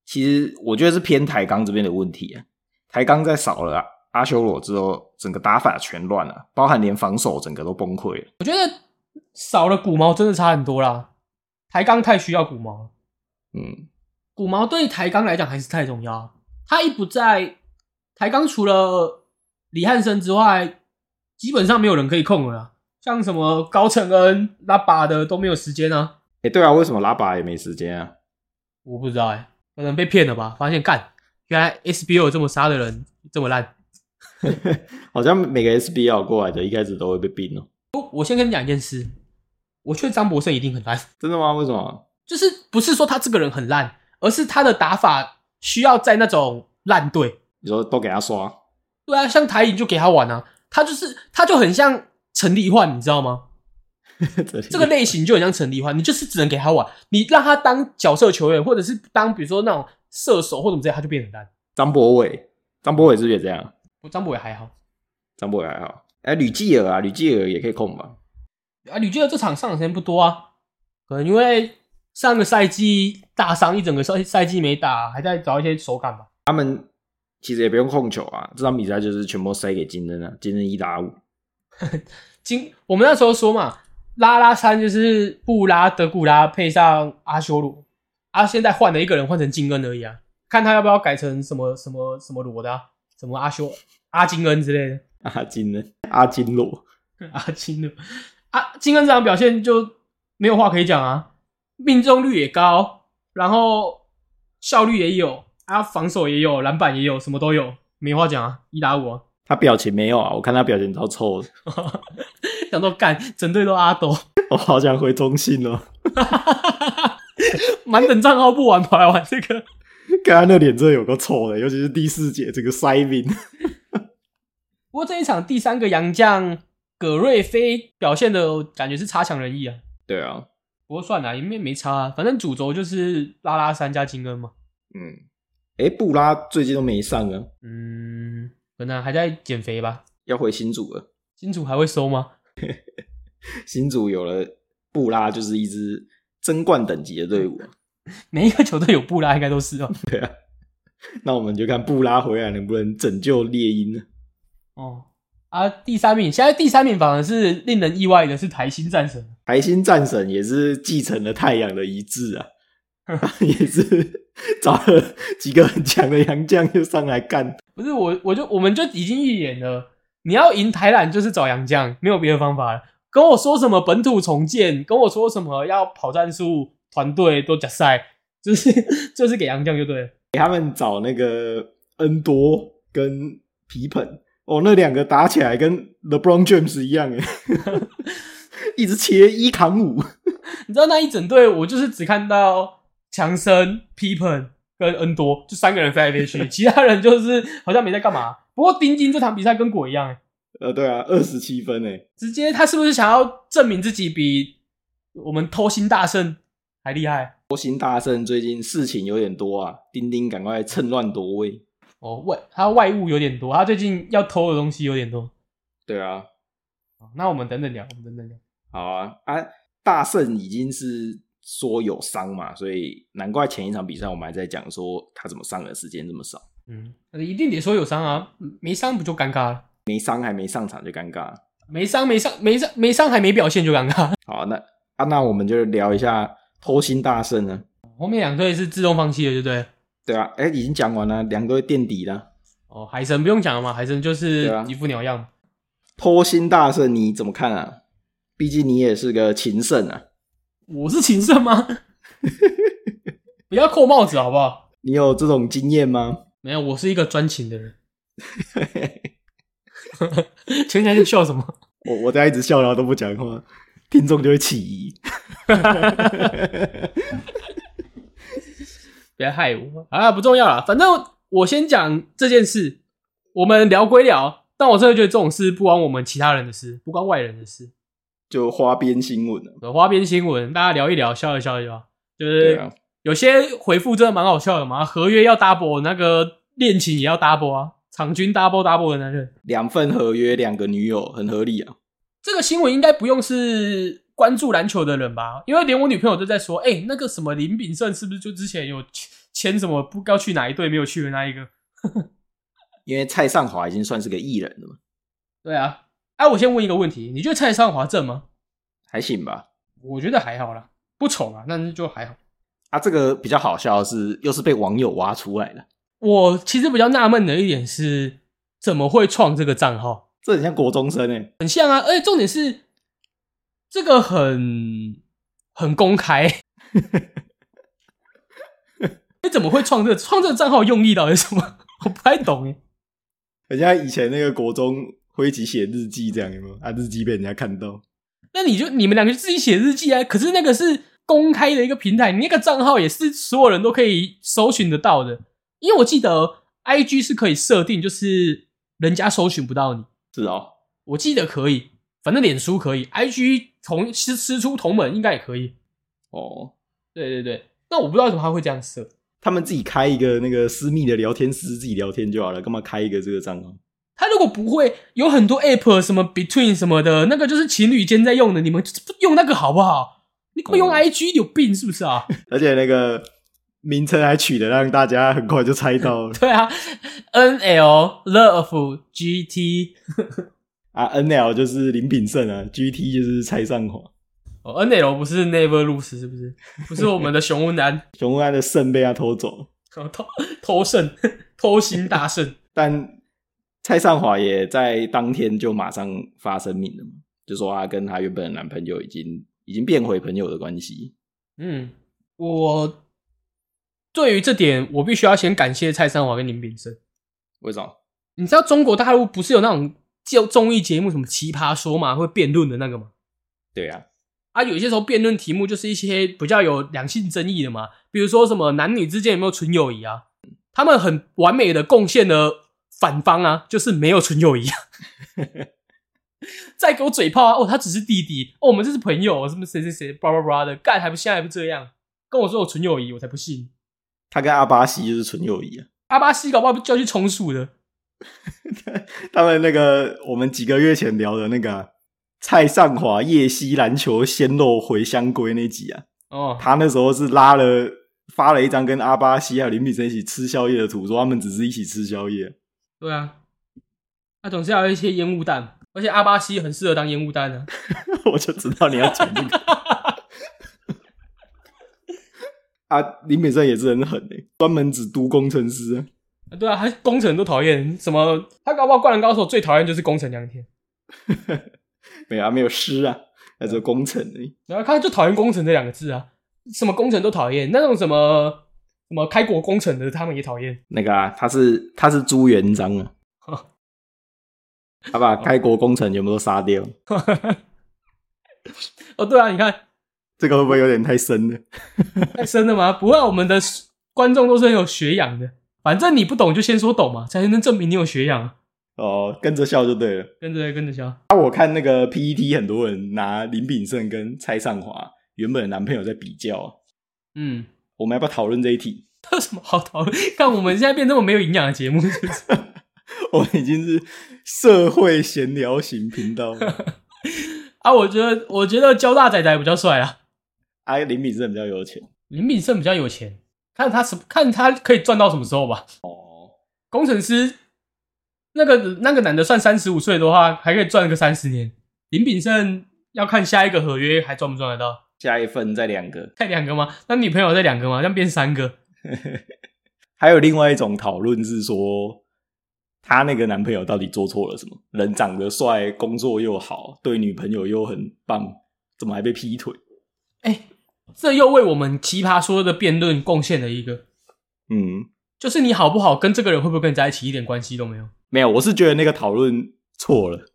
[SPEAKER 1] 其实我觉得是偏台钢这边的问题啊。台钢在少了啊阿修罗之后，整个打法全乱了，包含连防守整个都崩溃了。
[SPEAKER 2] 少了古毛真的差很多啦，台钢太需要古毛了。
[SPEAKER 1] 嗯，
[SPEAKER 2] 古毛对台钢来讲还是太重要。啊他一不在，台钢除了李汉生之外，基本上没有人可以控了啦。像什么高承恩、拉巴的都没有时间啊。
[SPEAKER 1] 哎，对啊，为什么拉巴也没时间啊？
[SPEAKER 2] 我不知道哎、可能被骗了吧？发现干，原来 SBO 有这么杀的人这么烂。
[SPEAKER 1] 好像每个 SBL 过来的一开始都会被并哦。
[SPEAKER 2] 我我先跟你讲一件事，我觉得张博胜一定很烂，
[SPEAKER 1] 真的吗？为什么？
[SPEAKER 2] 就是不是说他这个人很烂，而是他的打法需要在那种烂队，
[SPEAKER 1] 你说都给他刷？ <laughs>
[SPEAKER 2] 对啊，像台影就给他玩啊，他就是他就很像陈立焕，你知道吗？
[SPEAKER 1] 这
[SPEAKER 2] 这个类型就很像陈立焕，你就是只能给他玩，你让他当角色球员，或者是当比如说那种射手或者什么之类，他就变很烂。
[SPEAKER 1] 张博伟，张博伟是不是也这样？
[SPEAKER 2] 我张博伟还好
[SPEAKER 1] 张博伟还好。哎，吕继尔啊，吕继尔也可以控吧？
[SPEAKER 2] 啊，吕俊的这场上场时间不多啊，可能因为上个赛季大伤，一整个赛赛季没打，还在找一些手感吧。
[SPEAKER 1] 其实也不用控球啊，这场比赛就是全部塞给金恩啊，金恩一打五。 <laughs>
[SPEAKER 2] 今我们那时候说嘛，拉拉山就是布拉德古拉配上阿修罗，啊，现在换了一个人，换成金恩而已啊，看他要不要改成什么什么什么罗的、啊，什么阿修阿金恩之类的，
[SPEAKER 1] 阿啊金恩，阿金罗，
[SPEAKER 2] <laughs> 阿金的啊，金恩这场表现就没有话可以讲啊，命中率也高，然后效率也有，啊，防守也有，篮板也有，什么都有，没话讲啊，一打五、啊，
[SPEAKER 1] 他表情没有啊，我看他表情超臭的，
[SPEAKER 2] <laughs>
[SPEAKER 1] <laughs>
[SPEAKER 2] 想说干整队都阿斗。
[SPEAKER 1] 我好想回中信哦， <laughs>
[SPEAKER 2] <laughs> 满等账号不玩，跑来玩这个。
[SPEAKER 1] 看他那脸真的有个臭的，尤其是第四节这个塞宾，
[SPEAKER 2] 不过这一场第三个洋将葛瑞飞表现的感觉是差强人意啊。
[SPEAKER 1] 对啊，
[SPEAKER 2] 不过算了，也没没差、啊，反正主轴就是拉拉山加金恩嘛。
[SPEAKER 1] 嗯，诶，布拉最近都没上啊，
[SPEAKER 2] 嗯，可能还在减肥吧。
[SPEAKER 1] 要回新组了，
[SPEAKER 2] 金主还会收吗？ <laughs>
[SPEAKER 1] 新组有了布拉就是一支争冠等级的队伍啊， <laughs>
[SPEAKER 2] 每一个球队有布拉应该都是哦。
[SPEAKER 1] 那我们就看布拉回来能不能拯救猎鹰呢？
[SPEAKER 2] 哦啊，第三名，现在第三名反而是令人意外的，是台新战神。
[SPEAKER 1] 台新战神也是继承了太阳的遗志啊，也是找了几个很强的洋将就上来干。
[SPEAKER 2] 不是我，我就我们就已经预言了，你要赢台篮就是找洋将，没有别的方法了。跟我说什么本土重建，跟我说什么要跑战术、团队都假赛，就是就是 <laughs> 给洋将就对了。
[SPEAKER 1] 给他们找那个恩多跟皮蓬哦，那两个打起来跟 LeBron James 一样诶，欸 <laughs> 一直切一扛五。
[SPEAKER 2] 你知道那一整队，我就是只看到强森、p i p e n 跟恩多，就三个人飞来飞去，其他人就是好像没在干嘛。不过丁丁这场比赛跟鬼一样、欸，
[SPEAKER 1] 呃，对啊，二十七分诶，
[SPEAKER 2] 直接他是不是想要证明自己比我们偷心大圣还厉害？
[SPEAKER 1] 国行大胜，最近事情有点多啊，丁丁赶快趁乱夺位。
[SPEAKER 2] 哦，外他外物有点多，他最近要偷的东西有点多。
[SPEAKER 1] 对啊，
[SPEAKER 2] 好那我们等等聊，我们等等聊。
[SPEAKER 1] 好啊啊！大圣已经是说有伤嘛，所以难怪前一场比赛我们还在讲说他怎么上的时间这么少，
[SPEAKER 2] 嗯，一定得说有伤啊，没伤不就尴尬了？
[SPEAKER 1] 没伤还没上场就尴尬。
[SPEAKER 2] 没伤没伤没伤没伤还没表现就尴尬。
[SPEAKER 1] 好，那啊，那我们就聊一下偷心大圣呢。
[SPEAKER 2] <laughs> 后面两队是自动放弃的，对不对了？
[SPEAKER 1] 对啊，哎，已经讲完了，两队垫底了。
[SPEAKER 2] 哦，海神不用讲了嘛，海神就是
[SPEAKER 1] 对啊
[SPEAKER 2] 一副鸟样。
[SPEAKER 1] 偷心大圣你怎么看啊？毕竟你也是个情圣啊，
[SPEAKER 2] 我是情圣吗？ <laughs> 不要扣帽子好不好？
[SPEAKER 1] 你有这种经验吗？ <laughs>
[SPEAKER 2] 没有，我是一个专情的人。 <laughs> 全家在笑什么？
[SPEAKER 1] 我我在一直笑，然后都不讲话，听众就会起疑。 <laughs>
[SPEAKER 2] 不要害我啊！不重要了，反正我先讲这件事。我们聊归聊，但我真的觉得这种事不关我们其他人的事，不关外人的事。
[SPEAKER 1] 就花边新闻了，
[SPEAKER 2] 花边新闻，大家聊一聊，笑一笑就好。就
[SPEAKER 1] 对
[SPEAKER 2] 是
[SPEAKER 1] 啊，
[SPEAKER 2] 有些回复真的蛮好笑的嘛，合约要 double，那个恋情也要 double 啊，场均 double double 的男人，
[SPEAKER 1] 两份合约，两个女友，很合理啊。
[SPEAKER 2] 这个新闻应该不用是关注篮球的人吧？因为连我女朋友都在说，哎、那个什么林炳胜是不是就之前有签签什么不要去哪一队没有去的那一个？
[SPEAKER 1] 因为蔡尚华已经算是个艺人了嘛，
[SPEAKER 2] 对啊，哎、我先问一个问题，你觉得蔡尚华正吗？
[SPEAKER 1] 还行吧。
[SPEAKER 2] 我觉得还好啦，不丑啊，但是就还好。
[SPEAKER 1] 啊，这个比较好笑的是，又是被网友挖出来的，
[SPEAKER 2] 我其实比较纳闷的一点是，怎么会创这个账号？
[SPEAKER 1] 这很像国中生哎、
[SPEAKER 2] 很像啊，而且重点是这个很很公开。 <laughs> 你怎么会创这个创这个账号用意到底是什么？ <laughs> 我不太懂哎。
[SPEAKER 1] 很像以前那个国中会一起写日记这样，有没有？啊，日记被人家看到，
[SPEAKER 2] 那你就你们两个就自己写日记啊，可是那个是公开的一个平台，你那个账号也是所有人都可以搜寻得到的。因为我记得哦 I G 是可以设定，就是人家搜寻不到你，
[SPEAKER 1] 是哦，
[SPEAKER 2] 我记得可以，反正脸书可以，I G 同师师出同门应该也可以。
[SPEAKER 1] 哦，
[SPEAKER 2] 对对对，那我不知道为什么他会这样设。
[SPEAKER 1] 他们自己开一个那个私密的聊天室，自己聊天就好了，干嘛开一个这个账号？
[SPEAKER 2] 他如果不会有很多 app 什么 between 什么的，那个就是情侣间在用的，你们就用那个好不好？你干嘛用
[SPEAKER 1] 哦
[SPEAKER 2] IG 有病是不是啊？
[SPEAKER 1] 而且那个名称还取得让大家很快就猜到了 <laughs>
[SPEAKER 2] 对啊，N L Love G T
[SPEAKER 1] 啊，N L 就是林炳胜啊，G T 就是蔡尚华，
[SPEAKER 2] 哦，N L 不是 Never Lose 是不是？不是我们的熊文男哦
[SPEAKER 1] 熊文安的胜被他偷走，
[SPEAKER 2] 偷偷胜 <laughs> 偷心大胜，
[SPEAKER 1] 但蔡尚华也在当天就马上发声明了嘛，就说她跟她原本的男朋友已经已经变回朋友的关系，
[SPEAKER 2] 嗯，我对于这点我必须要先感谢蔡三华跟林炳生。
[SPEAKER 1] 为什么？
[SPEAKER 2] 你知道中国大陆不是有那种就综艺节目什么奇葩说嘛，会辩论的那个吗？
[SPEAKER 1] 对啊，
[SPEAKER 2] 啊，有些时候辩论题目就是一些比较有两性争议的嘛，比如说什么男女之间有没有纯友谊啊，他们很完美的贡献了反方啊，就是没有纯友谊啊，再给我嘴炮啊，哦，他只是弟弟，哦，我们这是朋友，什么谁谁谁，叭叭叭的，干还不现在还不这样，跟我说有纯友谊，我才不信，
[SPEAKER 1] 他跟阿巴西就是纯友谊啊。
[SPEAKER 2] 阿巴西搞不好就要去重数的，
[SPEAKER 1] 他们那个我们几个月前聊的那个啊、蔡尚华夜袭篮球鲜肉回乡归那集啊，
[SPEAKER 2] 哦，
[SPEAKER 1] 他那时候是拉了发了一张跟阿巴西还有林炳生一起吃宵夜的图，说他们只是一起吃宵夜。
[SPEAKER 2] 对啊，他总是要有一些烟雾弹，而且阿巴西很适合当烟雾弹啊。
[SPEAKER 1] 我就知道你要讲这个。 <laughs> 啊，林炳生也是很狠诶、专门只读工程师、啊。
[SPEAKER 2] 对啊，他工程都讨厌，什么他搞不好《灌篮高手》最讨厌就是工程两天，
[SPEAKER 1] 没有啊，没有诗啊，那是工程诶、
[SPEAKER 2] 然后他就讨厌工程这两个字啊，什么工程都讨厌，那种什么什么开国工程的他们也讨厌。 <laughs>
[SPEAKER 1] 那个啊，他是他是朱元璋 <laughs> 啊，他把开国功臣全部都杀掉。
[SPEAKER 2] 哦，对啊，你看
[SPEAKER 1] 这个会不会有点太深了？
[SPEAKER 2] 太深了吗？不会啊，我们的观众都是很有学养的，反正你不懂就先说懂嘛，才能证明你有学养啊。
[SPEAKER 1] 哦，跟着笑就对了。
[SPEAKER 2] 跟着跟着笑，
[SPEAKER 1] 啊，我看那个 PET 很多人拿林炳胜跟蔡尚华原本的男朋友在比较啊，
[SPEAKER 2] 嗯，
[SPEAKER 1] 我们要不要讨论这一题？
[SPEAKER 2] <laughs> 这有什么好讨论？看我们现在变这么没有营养的节目，是不 <laughs> 是
[SPEAKER 1] 我们已经是社会闲聊型频道了。
[SPEAKER 2] 啊？我觉得我觉得交大仔仔比较帅啊。
[SPEAKER 1] 啊，林炳胜比较有钱
[SPEAKER 2] 林炳胜比较有钱，看他什么看他可以赚到什么时候吧。
[SPEAKER 1] 哦，
[SPEAKER 2] 工程师那个那个男的算三十五岁的话，还可以赚个三十年。林炳胜要看下一个合约还赚不赚得到，
[SPEAKER 1] 下一份再两个。
[SPEAKER 2] 再两个吗？那女朋友再两个吗？这样变三个。
[SPEAKER 1] 还有另外一种讨论是说，她那个男朋友到底做错了什么？人长得帅，工作又好，对女朋友又很棒，怎么还被劈腿？
[SPEAKER 2] 哎、这又为我们奇葩说的辩论贡献了一个，
[SPEAKER 1] 嗯，
[SPEAKER 2] 就是你好不好跟这个人会不会跟你在一起一点关系都没有。
[SPEAKER 1] 没有，我是觉得那个讨论错了。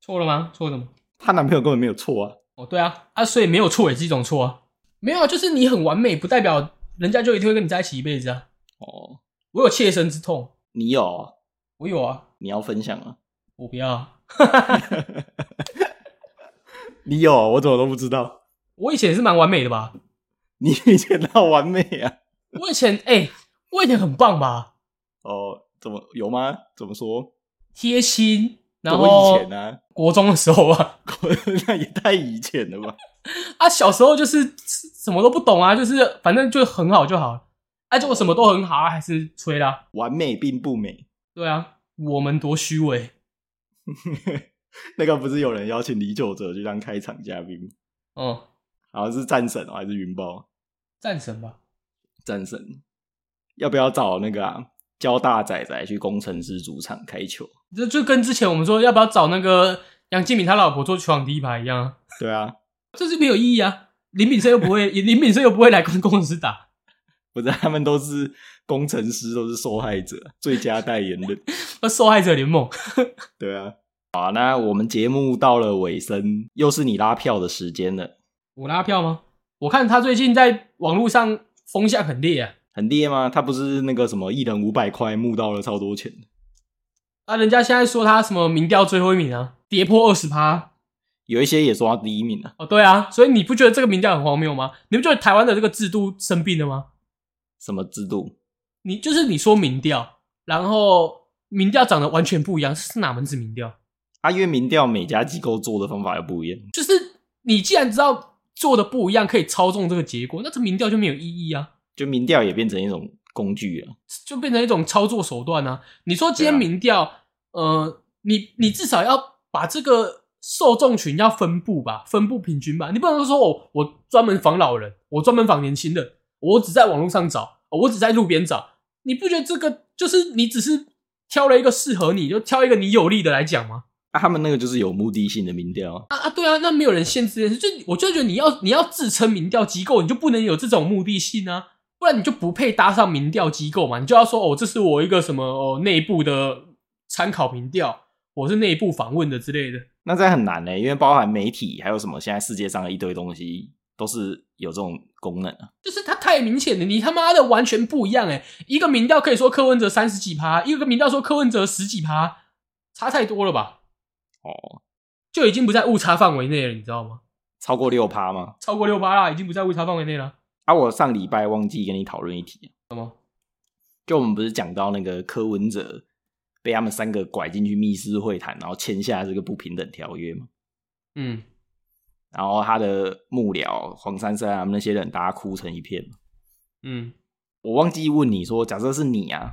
[SPEAKER 2] 错了吗？错什么？
[SPEAKER 1] 她男朋友根本没有错啊。
[SPEAKER 2] 哦，对啊，啊，所以没有错也是一种错啊。没有啊，就是你很完美，不代表人家就一定会跟你在一起一辈子啊。
[SPEAKER 1] 哦，
[SPEAKER 2] 我有切身之痛，
[SPEAKER 1] 你有啊，
[SPEAKER 2] 我有啊，
[SPEAKER 1] 你要分享啊？
[SPEAKER 2] 我不要啊。
[SPEAKER 1] 你有啊，我怎么都不知道？
[SPEAKER 2] 我以前也是蛮完美的吧？
[SPEAKER 1] 你 <laughs> 以前那完美啊？
[SPEAKER 2] 我以前哎、我以前很棒吧？
[SPEAKER 1] 哦，怎么有吗？怎么说？
[SPEAKER 2] 贴心、然
[SPEAKER 1] 多
[SPEAKER 2] 后
[SPEAKER 1] 以前啊， <laughs>
[SPEAKER 2] 国中的时候啊， <laughs>
[SPEAKER 1] 那也太以前了吧？
[SPEAKER 2] 啊小时候就是什么都不懂啊，就是反正就很好就好了，啊结果什么都很好啊，还是吹啦、
[SPEAKER 1] 完美并不美，
[SPEAKER 2] 对啊，我们多虚伪。
[SPEAKER 1] 那个不是有人邀请李玖哲去当开场嘉宾吗，
[SPEAKER 2] 哦，
[SPEAKER 1] 好像是战神哦还是云豹？
[SPEAKER 2] 战神吧，
[SPEAKER 1] 战神要不要找那个啊？交大仔仔去工程师主场开球？
[SPEAKER 2] 这就跟之前我们说要不要找那个杨敬敏他老婆做球场第一排一样啊，
[SPEAKER 1] 对啊，
[SPEAKER 2] 这是没有意义啊。林炳胜又不会， <laughs> 林炳胜又不会来跟工程师打，
[SPEAKER 1] 不是他们都是工程师，都是受害者，最佳代言人。
[SPEAKER 2] 那受害者联盟。
[SPEAKER 1] 对啊，好，那我们节目到了尾声，又是你拉票的时间了，
[SPEAKER 2] 我拉票吗？我看他最近在网络上风向很烈啊，
[SPEAKER 1] 很烈吗？他不是那个什么一人五百块募到了超多钱，
[SPEAKER 2] 啊，人家现在说他什么民调最后一名啊，跌破二十趴。
[SPEAKER 1] 有一些也说他第一名啊，
[SPEAKER 2] 哦，对啊，所以你不觉得这个民调很荒谬吗？你不觉得台湾的这个制度生病了吗？
[SPEAKER 1] 什么制度？
[SPEAKER 2] 你就是你说民调，然后民调长得完全不一样，是哪门子民调？
[SPEAKER 1] 啊，因为民调每家机构做的方法又不一样，
[SPEAKER 2] 就是你既然知道做的不一样，可以操纵这个结果，那这民调就没有意义啊，
[SPEAKER 1] 就民调也变成一种工具了。
[SPEAKER 2] 就变成一种操作手段啊。你说今天
[SPEAKER 1] 对啊
[SPEAKER 2] 民调，呃，你你至少要把这个受众群要分布吧，分布平均吧，你不能说我我专门防老人，我专门防年轻人，我只在网络上找，我只在路边找，你不觉得这个就是你只是挑了一个适合你，就挑一个你有利的来讲吗？
[SPEAKER 1] 啊，他们那个就是有目的性的民调啊，
[SPEAKER 2] 啊啊，对啊，那没有人限制这件事，就我就觉得你要你要自称民调机构，你就不能有这种目的性啊，不然你就不配搭上民调机构嘛，你就要说哦，这是我一个什么哦内部的参考民调，我是内部访问的之类的。
[SPEAKER 1] 那这样很难呢、因为包含媒体还有什么，现在世界上的一堆东西都是有这种功能啊。
[SPEAKER 2] 就是它太明显了，你他妈的完全不一样哎、一个民调可以说柯文哲三十几趴，一个民调说柯文哲十几趴，差太多了吧？
[SPEAKER 1] 哦，
[SPEAKER 2] 就已经不在误差范围内了，你知道吗？
[SPEAKER 1] 超过六趴吗？
[SPEAKER 2] 超过六趴啦，已经不在误差范围内了。
[SPEAKER 1] 啊，我上礼拜忘记跟你讨论一题，啊
[SPEAKER 2] 什么？
[SPEAKER 1] 就我们不是讲到那个柯文哲被他们三个拐进去密室会谈，然后签下这个不平等条约嘛，
[SPEAKER 2] 嗯，
[SPEAKER 1] 然后他的幕僚黄珊珊啊他们那些人，大家哭成一片。
[SPEAKER 2] 嗯，
[SPEAKER 1] 我忘记问你说，假设是你啊，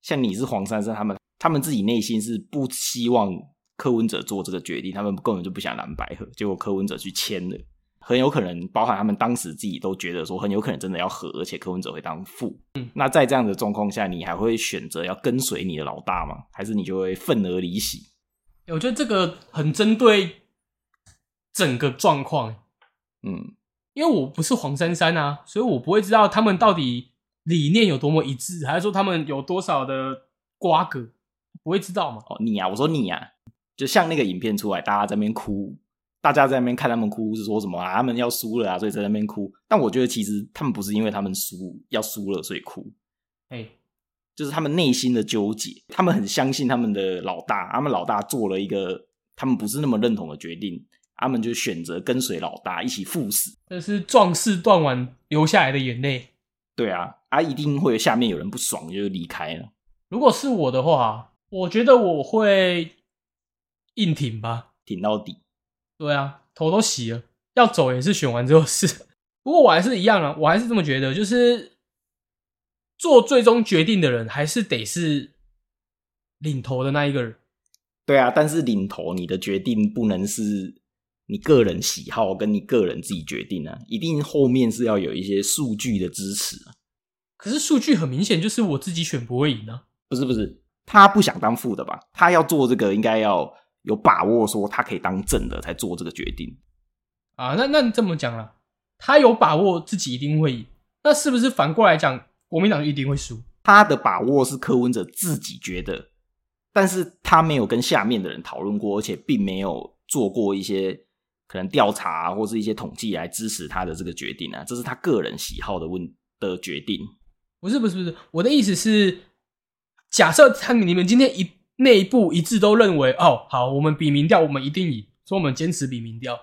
[SPEAKER 1] 像你是黄珊珊他们，他们自己内心是不希望柯文哲做这个决定，他们根本就不想蓝白合，结果柯文哲去签了，很有可能包含他们当时自己都觉得说，很有可能真的要和，而且柯文哲会当副。嗯，那在这样的状况下，你还会选择要跟随你的老大吗？还是你就会愤而离席？
[SPEAKER 2] 欸我觉得这个很针对整个状况，
[SPEAKER 1] 嗯，
[SPEAKER 2] 因为我不是黄珊珊啊，所以我不会知道他们到底理念有多么一致，还是说他们有多少的瓜葛，不会知道嘛。
[SPEAKER 1] 哦，你啊，我说你啊，就像那个影片出来，大家在那边哭，大家在那边看他们哭，是说什么啊？他们要输了啊，所以在那边哭。但我觉得其实他们不是因为他们输要输了所以哭，
[SPEAKER 2] 哎、
[SPEAKER 1] 就是他们内心的纠结，他们很相信他们的老大，他们老大做了一个他们不是那么认同的决定，他们就选择跟随老大一起赴死。
[SPEAKER 2] 这是壮士断腕流下来的眼泪。
[SPEAKER 1] 对啊，啊，一定会有下面有人不爽，就离开了。
[SPEAKER 2] 如果是我的话，我觉得我会硬挺吧。
[SPEAKER 1] 挺到底，
[SPEAKER 2] 对啊，头都洗了，要走也是选完之后的事。 <laughs> 不过我还是一样啊，我还是这么觉得，就是做最终决定的人还是得是领头的那一个人。
[SPEAKER 1] 对啊，但是领头你的决定不能是你个人喜好跟你个人自己决定啊，一定后面是要有一些数据的支持啊。
[SPEAKER 2] 可是数据很明显就是我自己选不会赢啊。
[SPEAKER 1] 不是不是，他不想当副的吧？他要做这个，应该要有把握，说他可以当正的才做这个决定。
[SPEAKER 2] 啊，那那你这么讲啦，他有把握自己一定会赢，那是不是反过来讲，国民党就一定会输？
[SPEAKER 1] 他的把握是柯文哲自己觉得，但是他没有跟下面的人讨论过，而且并没有做过一些可能调查、啊或是一些统计来支持他的这个决定啊，这是他个人喜好的问的决定。
[SPEAKER 2] 不是不是不是，我的意思是，假设他们你们今天一内部一致都认为，哦，好，我们比民调，我们一定赢，所以我们坚持比民调，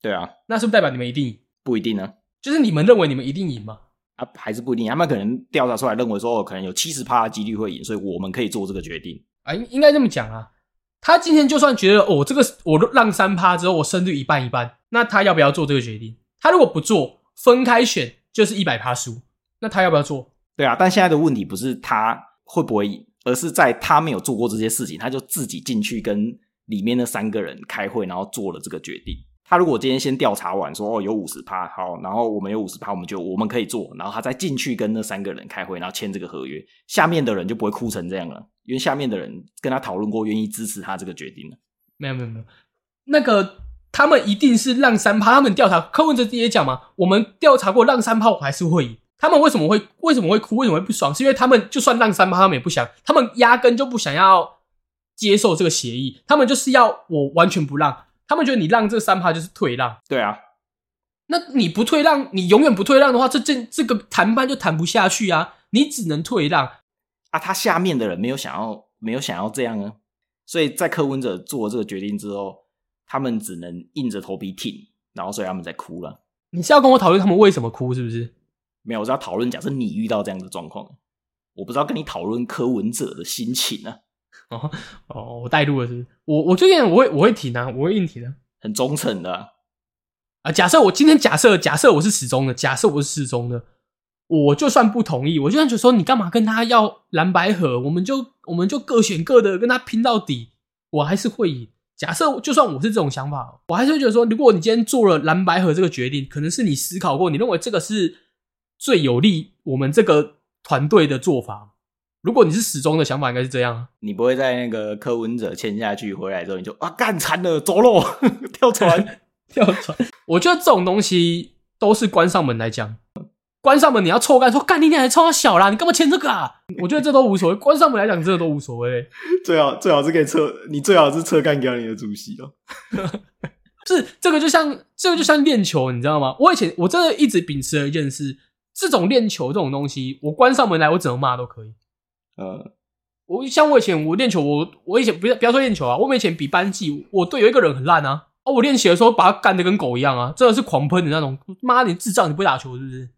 [SPEAKER 1] 对啊，
[SPEAKER 2] 那是不是代表你们一定赢？
[SPEAKER 1] 不一定啊。
[SPEAKER 2] 就是你们认为你们一定赢吗？
[SPEAKER 1] 啊，还是不一定。他们可能调查出来认为说，哦可能有七十趴的几率会赢，所以我们可以做这个决定。
[SPEAKER 2] 啊，应应该这么讲啊。他今天就算觉得哦，这个我让三趴之后，我胜率一半一半，那他要不要做这个决定？他如果不做，分开选就是一百趴输，那他要不要做？
[SPEAKER 1] 对啊，但现在的问题不是他会不会赢，而是在他没有做过这些事情，他就自己进去跟里面那三个人开会，然后做了这个决定。他如果今天先调查完说哦有五十趴好，然后我们有五十趴，我们就我们可以做，然后他再进去跟那三个人开会，然后签这个合约，下面的人就不会哭成这样了，因为下面的人跟他讨论过，愿意支持他这个决定了。
[SPEAKER 2] 没有没有没有，那个他们一定是让三趴，他们调查柯文哲自己也讲嘛，我们调查过让三趴，我还是会赢。他们为什么会为什么会哭，为什么会不爽？是因为他们就算让三趴，他们也不想，他们压根就不想要接受这个协议，他们就是要我完全不让，他们觉得你让这三趴就是退让。
[SPEAKER 1] 对啊，
[SPEAKER 2] 那你不退让，你永远不退让的话，这这这个谈判就谈不下去啊！你只能退让，
[SPEAKER 1] 啊，他下面的人没有想要没有想要这样啊，所以在柯文哲做这个决定之后，他们只能硬着头皮挺，然后所以他们在哭了。
[SPEAKER 2] 你是要跟我讨论他们为什么哭，是不是？
[SPEAKER 1] 没有，我是要讨论，假设你遇到这样的状况，我不知道跟你讨论柯文哲的心情啊，
[SPEAKER 2] 哦哦，我带路了，是不是？我我最近我会我会停啊，我会硬停啊。
[SPEAKER 1] 很忠诚的啊、
[SPEAKER 2] 啊，假设我今天假设假设我是始终的，假设我是始终的，我就算不同意，我就算觉得说你干嘛跟他要蓝白合，我们就我们就各选各的，跟他拼到底，我还是会赢。假设就算我是这种想法，我还是会觉得说，如果你今天做了蓝白合这个决定，可能是你思考过，你认为这个是最有利我们这个团队的做法。如果你是始终的想法，应该是这样啊。
[SPEAKER 1] 你不会在那个柯文哲签下去回来之后，你就啊干惨了，走喽， <laughs> 跳船。
[SPEAKER 2] 跳船。 <laughs> 我觉得这种东西都是关上门来讲，关上门你要臭干说干你娘还臭到小啦，你干嘛签这个啊？我觉得这都无所谓，关上门来讲真的都无所谓。
[SPEAKER 1] <laughs> 最好最好是可以撤，你最好是撤干掉你的主席哦。
[SPEAKER 2] 是这个就像这个就像练球，你知道吗？我以前我真的一直秉持的一件事，这种练球这种东西，我关上门来我怎么骂都可以。
[SPEAKER 1] 呃，
[SPEAKER 2] 我像我以前我练球，我我以前不要不要说练球啊，我们以前比班级，我队有一个人很烂啊，啊我练习的时候把他干的跟狗一样啊，真的是狂喷的那种，妈你智障你不会打球是不是？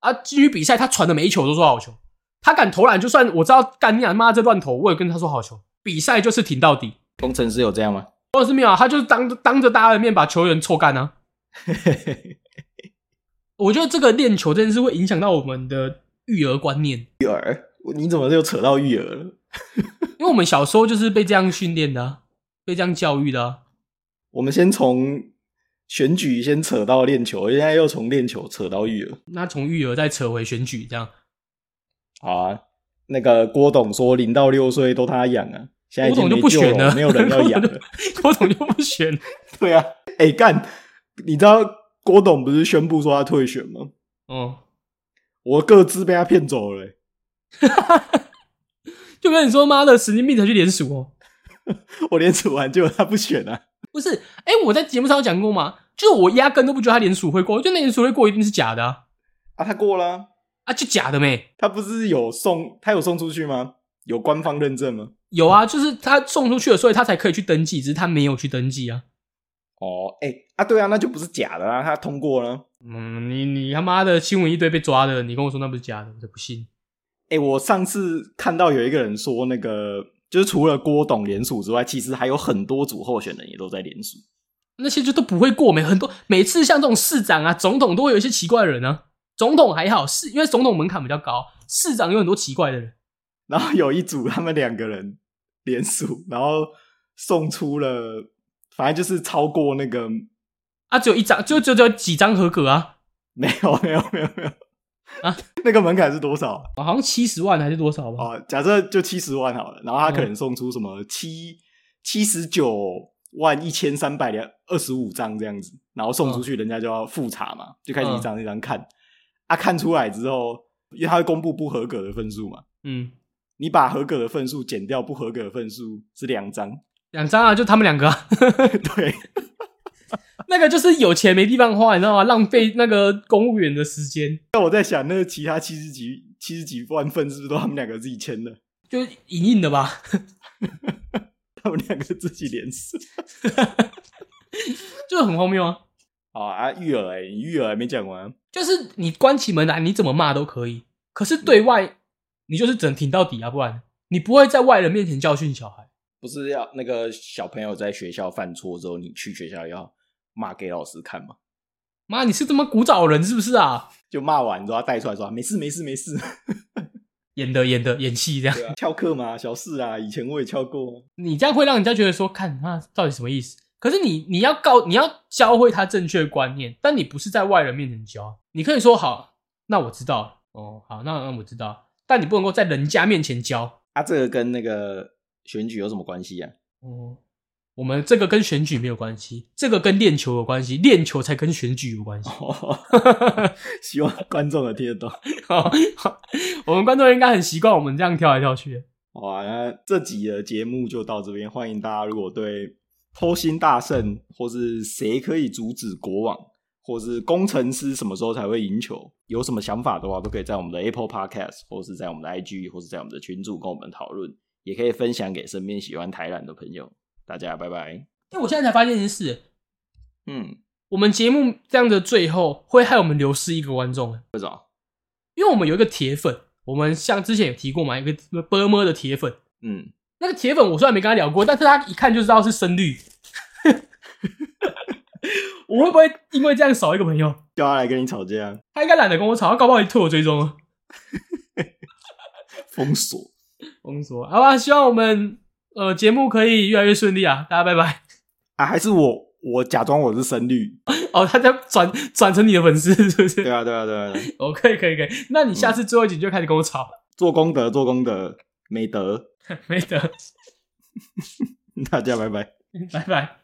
[SPEAKER 2] 啊，基于比赛他传的每一球都说好球，他敢投篮就算我知道干你娘妈这乱投，我也跟他说好球，比赛就是挺到底，
[SPEAKER 1] 工程师有这样吗？ <laughs>
[SPEAKER 2] 或者是没有啊，他就是当当着大家的面把球员臭干啊，我觉得这个练球这件事会影响到我们的育儿观念，
[SPEAKER 1] 你怎么又扯到育儿了？
[SPEAKER 2] 因为我们小时候就是被这样训练的啊、被这样教育的啊、
[SPEAKER 1] 我们先从选举先扯到练球，现在又从练球扯到育儿。
[SPEAKER 2] 那从育儿再扯回选举，这样
[SPEAKER 1] 好啊，那个郭董说零到六岁都他养啊，现在已
[SPEAKER 2] 郭
[SPEAKER 1] 经
[SPEAKER 2] 总就
[SPEAKER 1] 没
[SPEAKER 2] 不
[SPEAKER 1] 救
[SPEAKER 2] 选了，
[SPEAKER 1] 没有人要养了。
[SPEAKER 2] <laughs> 郭总就，郭总就不选了。
[SPEAKER 1] 对啊，哎、干，你知道郭董不是宣布说他退选吗？
[SPEAKER 2] 哦，
[SPEAKER 1] 我各自被他骗走了欸、
[SPEAKER 2] 就跟你说，妈的，神经病才去联署哦。
[SPEAKER 1] 我连扯完结果他不选啊。
[SPEAKER 2] 不是，哎、我在节目上有讲过嘛，就是我压根都不觉得他联署会过，就那联署会过一定是假的啊，
[SPEAKER 1] 啊，他过了啊、
[SPEAKER 2] 啊就假的没。
[SPEAKER 1] 他不是有送，他有送出去吗？有官方认证吗？
[SPEAKER 2] 有啊，就是他送出去了，所以他才可以去登记，只是他没有去登记啊。
[SPEAKER 1] 哦，哎、啊，对啊，那就不是假的啦，他通过了。啊
[SPEAKER 2] 嗯，你你他妈的新闻一堆被抓的，你跟我说那不是假的，我才不信。
[SPEAKER 1] 哎、我上次看到有一个人说，那个就是除了郭董联署之外，其实还有很多组候选人也都在联署。
[SPEAKER 2] 那些就都不会过没很多每次像这种市长啊、总统都会有一些奇怪的人啊。总统还好，是因为总统门槛比较高，市长有很多奇怪的人。
[SPEAKER 1] 然后有一组他们两个人联署，然后送出了，反正就是超过那个
[SPEAKER 2] 啊，只有一张，就就只有几张合格啊，
[SPEAKER 1] 没有没有没有没有
[SPEAKER 2] 啊，
[SPEAKER 1] <laughs> 那个门槛是多少？
[SPEAKER 2] 好像七十万还是多少吧？
[SPEAKER 1] 哦，假设就七十万好了，然后他可能送出什么七七十九万一千三百两二十五张这样子，然后送出去，人家就要复查嘛，就开始一张一张看。啊，看出来之后，因为他会公布不合格的份数嘛，
[SPEAKER 2] 嗯，
[SPEAKER 1] 你把合格的份数减掉不合格的份数是两张， <laughs>
[SPEAKER 2] 两张啊，就他们两个、啊， <laughs>
[SPEAKER 1] 对，
[SPEAKER 2] 那个就是有钱没地方花，你知道吗？浪费那个公务员的时间，
[SPEAKER 1] 那我在想，那其他七十几七十几万份是不是都他们两个自己签的？
[SPEAKER 2] 就隐隐的吧。 <laughs>
[SPEAKER 1] 他们两个自己联手。
[SPEAKER 2] 就是很荒谬啊。
[SPEAKER 1] 好啊，育儿哎、欸，你育儿还没讲完，
[SPEAKER 2] 就是你关起门来，你怎么骂都可以，可是对外，你就是只能挺到底啊，不然你不会在外人面前教训小孩。
[SPEAKER 1] 不是要那个小朋友在学校犯错之后，你去学校要骂给老师看吗？
[SPEAKER 2] 妈，你是他妈古早人是不是啊？
[SPEAKER 1] 就骂完之后他带出来说没事没事没事，
[SPEAKER 2] 演的演的演戏这样，
[SPEAKER 1] 对 <laughs> 啊，翘课嘛，小事啊，以前我也翘过。啊
[SPEAKER 2] 你这样会让人家觉得说，看他到底什么意思？可是你你要告你要教会他正确的观念，但你不是在外人面前教，啊你可以说好，那我知道了，哦，好，那那我知道了，但你不能够在人家面前教。
[SPEAKER 1] 啊，这个跟那个选举有什么关系啊？ <laughs>
[SPEAKER 2] 哦，我们这个跟选举没有关系，这个跟练球有关系，练球才跟选举有关系。 <laughs>
[SPEAKER 1] 希望观众有听得懂。
[SPEAKER 2] 好，好我们观众应该很习惯我们这样跳来跳去的。
[SPEAKER 1] 好啊，那这集的节目就到这边。欢迎大家，如果对偷心大圣，或是谁可以阻止国王，或是工程师什么时候才会赢球，有什么想法的话，都可以在我们的 Apple Podcast，或是在我们的 IG，或是在我们的群组跟我们讨论，也可以分享给身边喜欢台篮的朋友。大家拜拜。
[SPEAKER 2] 但我现在才发现一件事，
[SPEAKER 1] 嗯，
[SPEAKER 2] 我们节目这样的最后会害我们流失一个观众，
[SPEAKER 1] 为什么？
[SPEAKER 2] 因为我们有一个铁粉，我们像之前有提过嘛，有一个波么的铁粉，
[SPEAKER 1] 嗯，
[SPEAKER 2] 那个铁粉我虽然没跟他聊过，但是他一看就知道是深绿。 <laughs> 我会不会因为这样少一个朋友？
[SPEAKER 1] 叫他来跟你吵架，
[SPEAKER 2] 他应该懒得跟我吵，他搞不好也退我追踪啊了。
[SPEAKER 1] 封锁。
[SPEAKER 2] 我跟你说，好吧，希望我们呃节目可以越来越顺利啊！大家拜拜。
[SPEAKER 1] 啊，还是我我假装我是深绿。
[SPEAKER 2] 哦，他在转转成你的粉丝是不
[SPEAKER 1] 对
[SPEAKER 2] 是？
[SPEAKER 1] 啊，对啊，对啊，对啊
[SPEAKER 2] 哦，可以可以可以，那你下次最后一集就开始跟我吵， <laughs>
[SPEAKER 1] 做功德，做功德，没德。
[SPEAKER 2] 没得，
[SPEAKER 1] <laughs> 大家拜拜。
[SPEAKER 2] 拜拜。